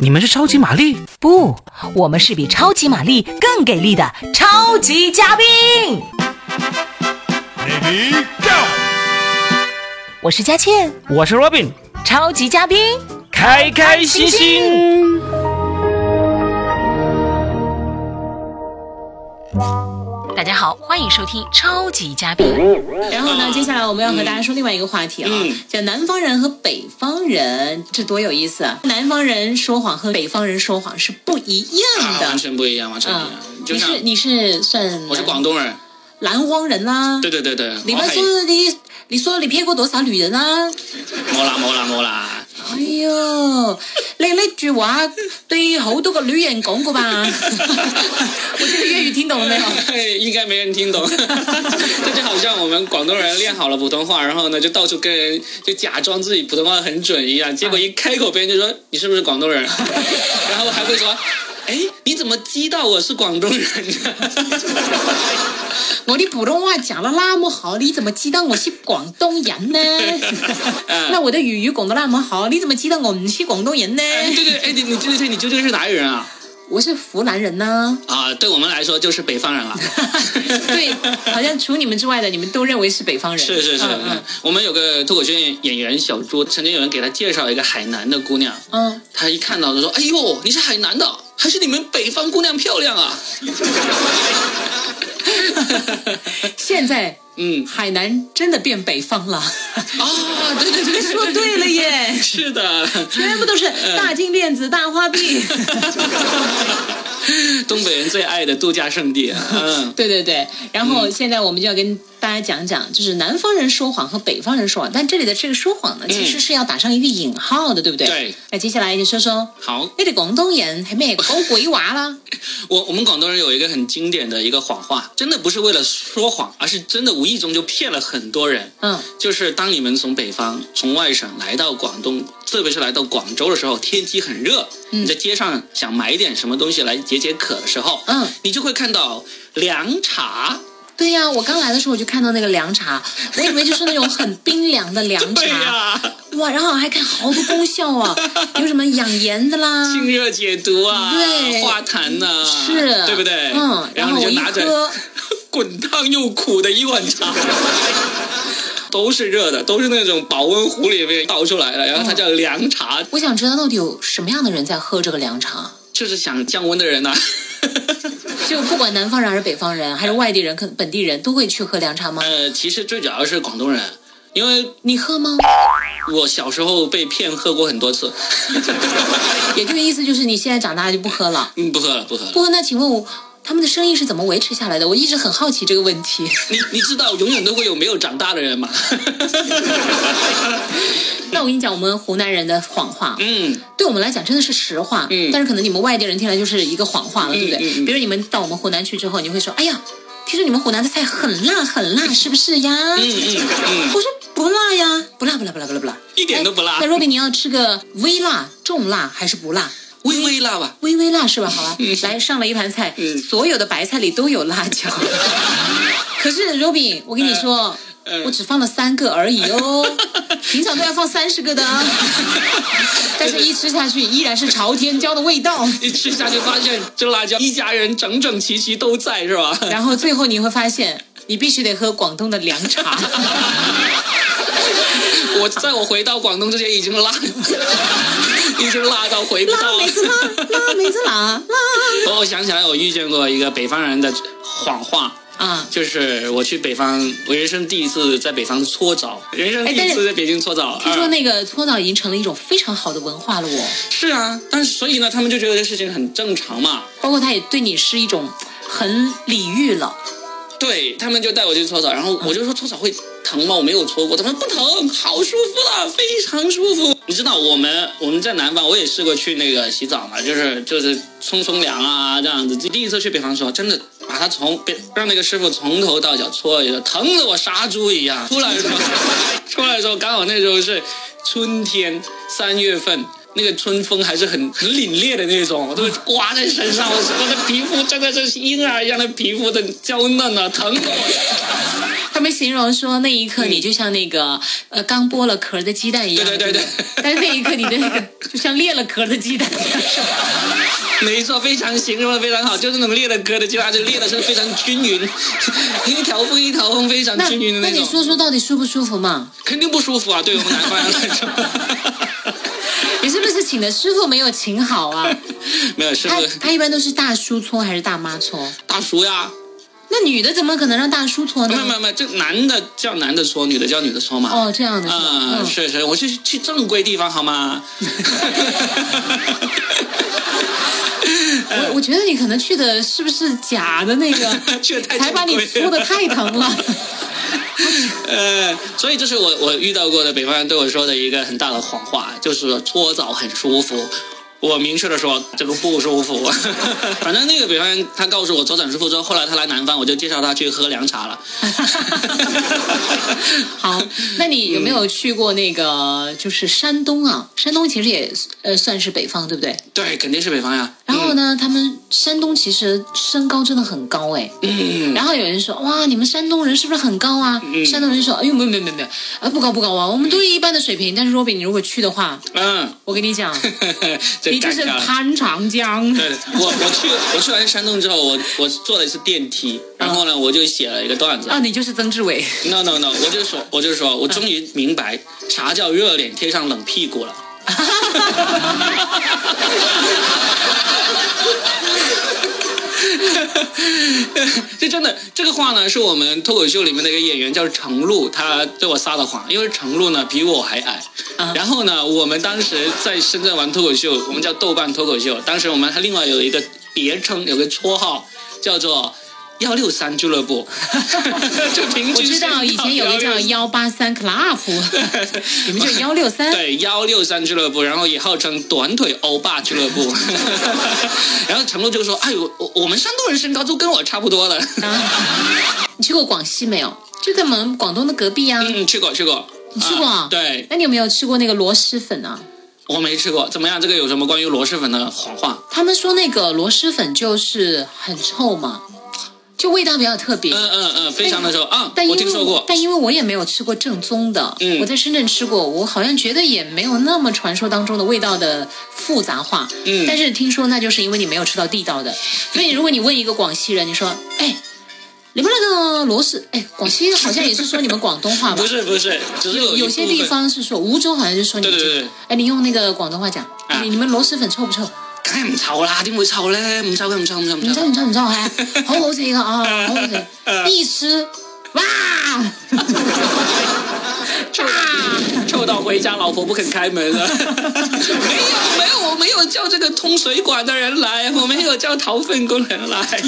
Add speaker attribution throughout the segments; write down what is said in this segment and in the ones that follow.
Speaker 1: 你们是超级玛丽？
Speaker 2: 不，我们是比超级玛丽更给力的超级嘉宾。
Speaker 3: Ready go！
Speaker 2: 我是佳倩，
Speaker 1: 我是 Robin，
Speaker 2: 超级嘉宾。
Speaker 1: 开开心心。
Speaker 2: 大家好，欢迎收听超级嘉宾。
Speaker 4: 然后呢，接下来我们要和大家说另外一个话题啊，
Speaker 2: 嗯
Speaker 4: 叫南方人和北方人，这多有意思啊！南方人说谎和北方人说谎是不一样
Speaker 5: 啊，
Speaker 4: 的
Speaker 5: 完。全不一样，完全不一
Speaker 2: 啊
Speaker 5: 样。就
Speaker 4: 嗯你
Speaker 5: 像
Speaker 4: 是你是算
Speaker 5: 我是广东人，
Speaker 4: 南汪人啦、
Speaker 5: 对对对对，
Speaker 4: 你
Speaker 5: 我
Speaker 4: 们
Speaker 5: 係
Speaker 4: 说你你说你骗过多少女人啊？
Speaker 5: 冇啦冇啦冇 啦，
Speaker 4: 哎哟，你呢句話對好多個女人講過 吧？我這個粵語聽懂了沒有？
Speaker 5: 应该没人听懂。 这就好像我们广东人练好了普通话，然后呢就到处跟人就假装自己普通话很准一样，结
Speaker 4: 嗯
Speaker 5: 果一开口别人就说你是不是广东人， 然后还会说。哎，你怎么知道我是广东人呢？
Speaker 4: 我的普通話講得那麼好，你怎麼知道我是廣東人 呢？
Speaker 5: 嗯
Speaker 4: 那我的粵語講得那麼好，你怎麼知道我唔是廣東人呢？
Speaker 5: 哎对对，哎，你你对对，你究竟是哪里人啊？
Speaker 4: 我是湖南人 呐、
Speaker 5: 啊，对我们来说就是北方人了。
Speaker 4: 对，好像除你們之外的，你們都認為是北方人。
Speaker 5: 是是是，
Speaker 4: 嗯嗯
Speaker 5: 我们有个脱口秀演员小猪，曾经有人给他介绍一个海南的姑娘，
Speaker 4: 嗯，
Speaker 5: 他一看到就说：“哎呦，你是海南的，还是你们北方姑娘漂亮啊
Speaker 4: 現在？”
Speaker 5: 嗯，
Speaker 4: 海南真的變北方 了，
Speaker 5: 啊，对对对，
Speaker 4: 說對了耶。
Speaker 5: 是的，
Speaker 4: 全部都是大金链子、大花臂。
Speaker 5: 东北人最爱的度假胜地，嗯。
Speaker 4: 对对对，然后现在我们就要跟大家讲讲，就是南方人说谎和北方人说谎，但这里的这个说谎呢，其实是要打上一个引号的，对不对？
Speaker 5: 嗯对。
Speaker 4: 那接下来就说说，
Speaker 5: 好，
Speaker 4: 你哋广东人系咩讲鬼话啦？
Speaker 5: 我我们广东人有一个很经典的一个谎话，真的不是为了说谎，而是真的无意中就骗了很多人。
Speaker 4: 嗯，
Speaker 5: 就是当你们从北方、从外省来到广东，特别是来到广州的时候，天气很热，
Speaker 4: 嗯
Speaker 5: 你在街上想买点什么东西来解解渴的时候，
Speaker 4: 嗯
Speaker 5: 你就会看到凉茶，
Speaker 4: 对呀、我刚来的时候我就看到那个凉茶，我以为就是那种很冰凉的凉
Speaker 5: 对
Speaker 4: 茶，
Speaker 5: 呀、
Speaker 4: 哇，然后还看好多功效 啊，有什么养颜的啦，
Speaker 5: 清热解毒啊，
Speaker 4: 嗯对
Speaker 5: 化痰呐、
Speaker 4: 是
Speaker 5: 对不对？
Speaker 4: 嗯然
Speaker 5: 然
Speaker 4: 后
Speaker 5: 后
Speaker 4: 我
Speaker 5: 你
Speaker 4: 一
Speaker 5: 就拿着
Speaker 4: 喝
Speaker 5: 滚烫又苦的一碗 茶。都是热的，都是那种保温壶里面倒出来的，然后它
Speaker 4: 嗯
Speaker 5: 叫凉茶，
Speaker 4: 我想知道到底有什么样的人在喝这个凉茶。
Speaker 5: 就是想降温的人呐、
Speaker 4: 就不管南方人还是北方人，还是外地人，可本地人都会去喝凉茶吗？
Speaker 5: 呃，其实最主要是广东人，因为
Speaker 4: 你喝吗？
Speaker 5: 我小时候被骗喝过很多次。
Speaker 4: 也就是意思就是你现在长大就不喝了。
Speaker 5: 嗯，不喝了，不喝了。
Speaker 4: 不过那请问我他们的生意是怎么维持下来的？我一直很好奇这个问题。
Speaker 5: 你你知道永远都会有没有长大的人吗？
Speaker 4: 那我跟你讲，我们湖南人的谎话，
Speaker 5: 嗯，
Speaker 4: 对我们来讲真的是实话，
Speaker 5: 嗯
Speaker 4: 但是可能你们外地人听来就是一个谎话了，对不对？
Speaker 5: 嗯嗯嗯
Speaker 4: 比如你们到我们湖南去之后，你会说，哎呀，听说你们湖南的菜很辣很辣，是不是呀？
Speaker 5: 嗯嗯嗯，
Speaker 4: 我说不辣呀，不辣不辣不辣不辣不辣，
Speaker 5: 一点都不辣
Speaker 4: 哎那 Robin，你要吃个微辣、重辣还是不辣？
Speaker 5: 微微辣吧。
Speaker 4: 微微辣是吧？好吧，来上了一盘菜，
Speaker 5: 嗯
Speaker 4: 所有的白菜里都有辣 椒。可是 Robin，我跟你说，
Speaker 5: 嗯嗯
Speaker 4: 我只放了三个而已哦， 平常都要放三十个的啊。但 是，一吃下去依然是朝天椒的味道。
Speaker 5: 一吃下去发现这辣椒，一家人整整齐齐都在，是吧？
Speaker 4: 然后最后你会发现，你必须得喝广东的凉茶。
Speaker 5: 我在我回到广东之前已经辣，已经辣到回不
Speaker 4: 辣
Speaker 5: 到
Speaker 4: 梅子辣，辣梅子辣 辣
Speaker 5: 了。我想起来，我遇见过一个北方人的谎话。
Speaker 4: 啊！
Speaker 5: 就是我去北方，我人生第一次在北方搓澡，人生第
Speaker 4: 哎但
Speaker 5: 一
Speaker 4: 是
Speaker 5: 次在北京搓澡。
Speaker 4: 听说
Speaker 5: 啊
Speaker 4: 那个搓澡已经成了一种非常好的文化了，我。
Speaker 5: 是啊，但是所以呢，他们就觉得这事情很正常嘛。
Speaker 4: 包括他也对你是一种很礼遇了。
Speaker 5: 对他们就带我去搓澡，然后我就说搓澡会疼吗？我没有搓过，他们说不疼，好舒服啊，非常舒服。你知道我们我们在南方，我也试过去那个洗澡嘛，就是就是冲冲凉啊这样子。第一次去北方的时候，真的把他从别让那个师傅从头到脚搓一个，疼的我杀猪一样。出来的时候，出来的时候刚好那时候是春天三月份。那个春风还是很很凛冽的那种，都刮在身上，我我的皮肤真的是婴儿一样的皮肤的娇嫩啊，疼的我。
Speaker 4: 他们形容说那一刻你就像那个、呃刚剥了壳的鸡蛋一样，
Speaker 5: 嗯对对对
Speaker 4: 不但是那一刻你的那个就像裂了壳的鸡蛋 一样，是吧？
Speaker 5: 没错，非常形容的非常好，就是那种裂了疙的鸡蛋，就裂的是非常均匀，一条缝一条缝，非常
Speaker 4: 那
Speaker 5: 均匀的
Speaker 4: 那
Speaker 5: 种
Speaker 4: 你。说说到底舒不舒服 嘛？
Speaker 5: 肯定不舒服啊，对我们南方人来说。
Speaker 4: 你是不是请的师傅没有请好 啊？
Speaker 5: 没有，是
Speaker 4: 他
Speaker 5: 不是
Speaker 4: 他一般都是大叔搓还是大妈搓？
Speaker 5: 大叔呀？
Speaker 4: 那女的怎么可能让大叔搓
Speaker 5: 没
Speaker 4: 呢
Speaker 5: 有？没有没有，这男的叫男的搓，女的叫女的搓嘛。
Speaker 4: 哦，这样的是吧？
Speaker 5: 啊、
Speaker 4: 嗯
Speaker 5: 是是，我去去正规地方好吗？，
Speaker 4: 我我觉得你可能去的是不是假的那个
Speaker 5: 去得太
Speaker 4: 才把你
Speaker 5: 正规
Speaker 4: 搓的太疼 了。
Speaker 5: 呃，所以这是我我遇到过的北方人对我说的一个很大的谎话，就是说搓澡很舒服。我明确的说，这个不舒服。 反正那个北方人他告诉我搓澡很舒服之后，后来他来南方，我就介绍他去喝凉茶了。
Speaker 4: 好，那你有没
Speaker 5: 嗯
Speaker 4: 有去过那个就是山东啊？山东其实也呃算是北方，对不对？
Speaker 5: 对，肯定是北方呀。
Speaker 4: 然后呢，他们山东其实身高真的很高哎。
Speaker 5: 嗯，
Speaker 4: 然后有人说哇，你们山东人是不是很高啊？山东人说哎呦没有没有没有没有啊不高不高啊，我们都是一般的水平。但是 Robin 你如果去的话，
Speaker 5: 嗯
Speaker 4: 我跟你讲，
Speaker 5: 嗯， 这
Speaker 4: 你就
Speaker 5: 尴
Speaker 4: 是
Speaker 5: 尬了。
Speaker 4: 潘长江。
Speaker 5: 对，我我去我去完山东之后，我我坐了一次电梯，然后呢，我就写了一个段子。
Speaker 4: 啊，你就是曾志伟。
Speaker 5: No no no，我就说，我就说，我终于明白啥叫热脸贴上冷屁股了。 这真的，这个话呢，是我们脱口秀里面的一个演员叫程璐，他对我撒的谎，因为程璐呢比我还矮。
Speaker 4: 啊
Speaker 5: 然后呢，我们当时在深圳玩脱口秀，我们叫豆瓣脱口秀，当时我们还另外有一个别称，有个绰号叫做。幺六三俱乐部， 就平均
Speaker 4: 我知
Speaker 5: 身高
Speaker 4: 道以前有个叫
Speaker 5: 163
Speaker 4: 幺八三 club，你们就幺六三。
Speaker 5: 对幺六三俱乐部，然后也号称短腿欧巴俱乐 部。然后程璐就说：“哎呦，我我们山东人身高都跟我差不多了。
Speaker 4: 啊你去过广西没有？就在我们广东的隔壁啊。”
Speaker 5: 嗯，去过去过，
Speaker 4: 你去过
Speaker 5: 啊对，
Speaker 4: 那你有没有吃过那个螺蛳粉啊？
Speaker 5: 我没吃过。怎么样？这个有什么关于螺蛳粉的谎话？
Speaker 4: 他们说那个螺蛳粉就是很臭嘛，就味道比较特别。
Speaker 5: 嗯嗯嗯，非常的时候啊，
Speaker 4: 但
Speaker 5: 我
Speaker 4: 因为
Speaker 5: 听说过。
Speaker 4: 但因为我也没有吃过正宗的，
Speaker 5: 嗯
Speaker 4: 我在深圳吃过，我好像觉得也没有那么传说当中的味道的复杂化，
Speaker 5: 嗯
Speaker 4: 但是听说那就是因为你没有吃到地道的，所以如果你问一个广西人，你说，哎，你们那个螺蛳，哎，广西好像也是说你们广东话吧
Speaker 5: 不？是不是，只是
Speaker 4: 有
Speaker 5: 有一
Speaker 4: 些
Speaker 5: 部分
Speaker 4: 地方是说，梧州好像就说你们这
Speaker 5: 对对
Speaker 4: 个
Speaker 5: 对，
Speaker 4: 哎，你用那个广东话讲，
Speaker 5: 啊
Speaker 4: 你你们螺蛳粉臭不臭？
Speaker 5: 梗係唔臭啦，點會臭咧？唔臭嘅唔臭唔臭
Speaker 4: 唔
Speaker 5: 唔
Speaker 4: 臭
Speaker 5: 臭。
Speaker 4: 唔臭唔臭，係哎好好食噶啊，好好食，一吃，哇！
Speaker 5: 臭到回家，老婆不肯开门了。 没有，没有，我没有叫这个通水管的人来，我没有叫掏粪工人来。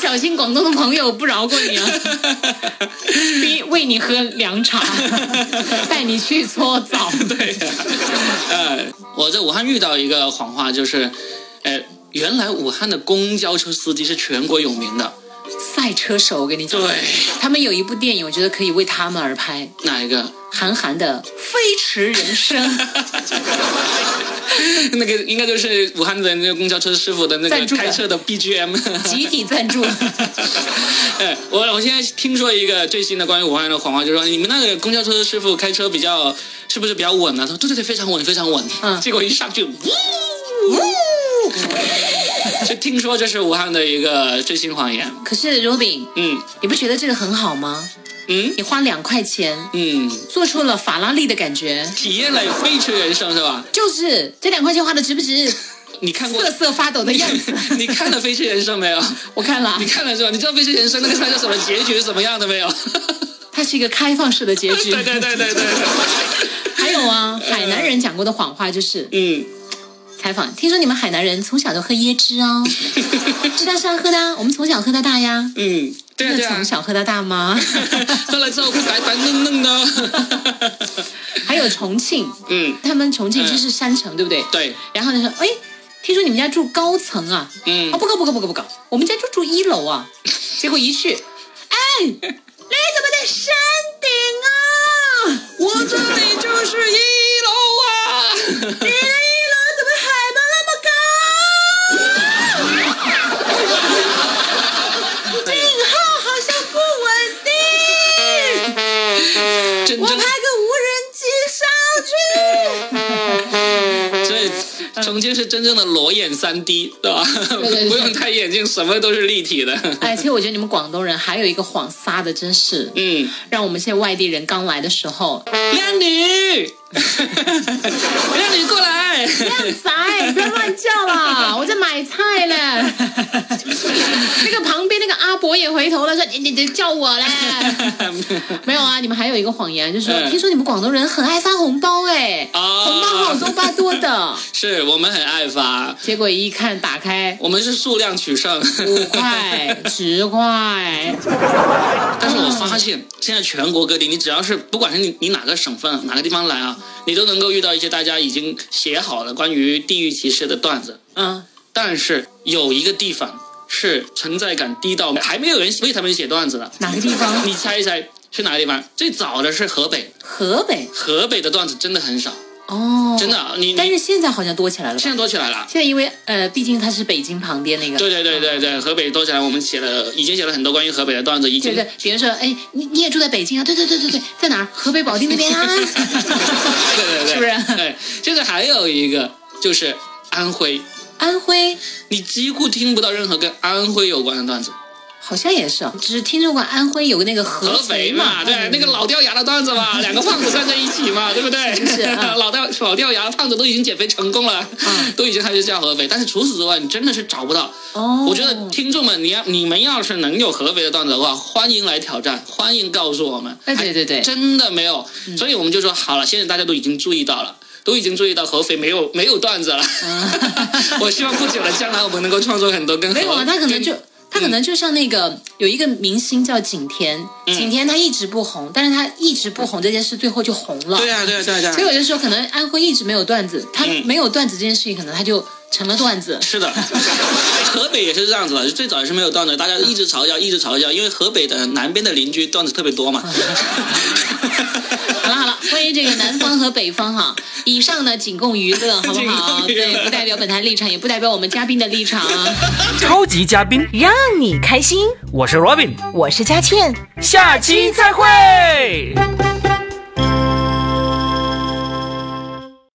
Speaker 4: 小心广东的朋友不饶过你 啊！为为你喝凉茶，带你去搓澡。
Speaker 5: 对呀、呃，我在武汉遇到一个谎话，就是，呃，原来武汉的公交车司机是全国有名的。
Speaker 4: 赛车手，我跟你讲，
Speaker 5: 对，
Speaker 4: 他们有一部电影，我觉得可以为他们而拍，
Speaker 5: 哪一个？
Speaker 4: 韩寒的《飞驰人生》。
Speaker 5: 那个应该就是武汉的那个公交车师傅的那
Speaker 4: 赞
Speaker 5: 个
Speaker 4: 助的
Speaker 5: 开车的 BGM。
Speaker 4: 集体赞助。
Speaker 5: 哎，我我现在听说一个最新的关于武汉的谎话，就是说你们那个公交车师傅开车比较是不是比较稳啊？他说对对对，非常稳，非常稳。
Speaker 4: 嗯
Speaker 5: 结果一上去，呜呜， 就听说这是武汉的一个最新谎言。
Speaker 4: 可是 Robin，
Speaker 5: 嗯
Speaker 4: 你不觉得这个很好吗？
Speaker 5: 嗯
Speaker 4: 你花两块钱
Speaker 5: 嗯，
Speaker 4: 做出了法拉利的感觉，
Speaker 5: 体验了飞驰人生是吧？
Speaker 4: 就是这两块钱花的值不值？
Speaker 5: 你看过
Speaker 4: 瑟？瑟发抖的样子，
Speaker 5: 你看了《飞驰人生》没有？
Speaker 4: 我看了啊
Speaker 5: 你，看了是吧？你知道《飞驰人生》那个三角手的结局是怎么样的没有？
Speaker 4: 它是一个开放式的结
Speaker 5: 对
Speaker 4: 局。
Speaker 5: 对对对对对。
Speaker 4: 还有啊，海南人讲过的谎话就是
Speaker 5: 嗯，
Speaker 4: 采访，听说你们海南人从小都喝椰汁 哦，知道是要喝的啊，我们从小喝到大呀。
Speaker 5: 嗯，对啊
Speaker 4: 真
Speaker 5: 对
Speaker 4: 的
Speaker 5: 啊
Speaker 4: 从，小喝到大吗？
Speaker 5: 喝了之 后会白白嫩嫩 的。
Speaker 4: 还有重庆，
Speaker 5: 嗯，
Speaker 4: 他们重庆就是山城，对不对？
Speaker 5: 对，
Speaker 4: 然后呢说，哎，听说你们家住高层啊？
Speaker 5: 嗯
Speaker 4: 啊，不高不高不高不高，我们家就住一楼 啊。结果一去，哎，你怎么在山顶啊？
Speaker 5: 我这里就是一楼 啊。
Speaker 4: 你的一楼怎么海拔那么高？信号好像不稳定，
Speaker 5: 真
Speaker 4: 我
Speaker 5: 正
Speaker 4: 派个无人机上去。
Speaker 5: 真所以重庆是真正的裸眼三 D，对吧？
Speaker 4: 对对
Speaker 5: 不用戴眼镜，什么都是立体的。
Speaker 4: 哎，其实我觉得你们广东人还有一个谎撒的，真是
Speaker 5: 嗯，
Speaker 4: 让我们现在外地人刚来的时候，
Speaker 5: 靓女， 靓女过来。
Speaker 4: 靓仔，不要乱叫啦，我在买菜嘞。那个旁边那个阿伯也回头了，说你你你叫我嘞。没有啊，你们还有一个谎言，就是说
Speaker 5: 嗯
Speaker 4: 听说你们广东人很爱发红包哎、
Speaker 5: 啊
Speaker 4: 红包好多巴多的。
Speaker 5: 是我们很爱发，
Speaker 4: 结果一看打开
Speaker 5: 我们是数量取胜。
Speaker 4: 五块、十块，
Speaker 5: 但是我发现现在全国各地，你只要是不管是你你哪个省份哪个地方来啊，你都能够遇到一些大家已经写好了关于地域歧视的段子。
Speaker 4: 嗯，
Speaker 5: 但是有一个地方是存在感低到还没有人为他们写段子的，
Speaker 4: 哪个地方？
Speaker 5: 你猜一猜是哪个地方？最早的是河北，
Speaker 4: 河北
Speaker 5: 河北的段子真的很少，
Speaker 4: 哦，
Speaker 5: 真的。啊，你
Speaker 4: 但
Speaker 5: 你
Speaker 4: 是现在好像多起来了吧
Speaker 5: 现？在多起来了。
Speaker 4: 现在因为呃，毕竟它是北京旁边那个，
Speaker 5: 对对对对对，河北多起来，我们写了，已经写了很多关于河北的段子，已
Speaker 4: 对
Speaker 5: 经
Speaker 4: 对，比如说，哎，你你也住在北京啊？对对对对对，在哪儿？河北保定那边 啊？
Speaker 5: 对对对，
Speaker 4: 是不是？
Speaker 5: 对，这个还有一个就是安徽，
Speaker 4: 安徽
Speaker 5: 你几乎听不到任何跟安徽有关的段子。
Speaker 4: 好像也是，只是听说过安徽有那个合
Speaker 5: 合
Speaker 4: 肥嗯
Speaker 5: 肥嘛，对，那个老掉牙的段子嘛，两个胖子站在一起嘛，对不对？
Speaker 4: 是啊
Speaker 5: 老掉老掉牙，胖子都已经减肥成功了，都已经开始叫合肥。但是除此之外，你真的是找不到。
Speaker 4: 哦，
Speaker 5: 我觉得听众们，你要你们要是能有合肥的段子的话，欢迎来挑战，欢迎告诉我们。
Speaker 4: 哎对对对
Speaker 5: 真的没有，
Speaker 4: 嗯
Speaker 5: 所以我们就说好了，现在大家都已经注意到了。都已经注意到合肥没有没有段子了， 我希望不久的将来我们能够创作很多跟合
Speaker 4: 嗯没有啊，他可能
Speaker 5: 哦跟嗯
Speaker 4: 就。他可能就像那个、有一个明星叫景甜，景甜她一直不红，但是她一直不红这件事最后就红了。
Speaker 5: 对啊对啊对啊对啊，
Speaker 4: 所以我就说，可能安徽一直没有段子，他
Speaker 5: 嗯
Speaker 4: 没有段子这件事情，可能他就成了段子。
Speaker 5: 是 的，河北也是这样子的，最早也是没有段子，大家一直嘲笑，一直嘲笑，因为河北的南边的邻居段子特别多嘛。
Speaker 4: 嗯好了好了，关于这个南方和北方 哈，以上呢仅供娱乐，好不好？
Speaker 5: 仅供娱乐
Speaker 4: 对，不代表本台立场，也不代表我们嘉宾的立场啊。
Speaker 1: 超级嘉宾，
Speaker 2: 让你开心。
Speaker 1: 我是 Robin，
Speaker 2: 我是佳倩。
Speaker 1: 下期再会。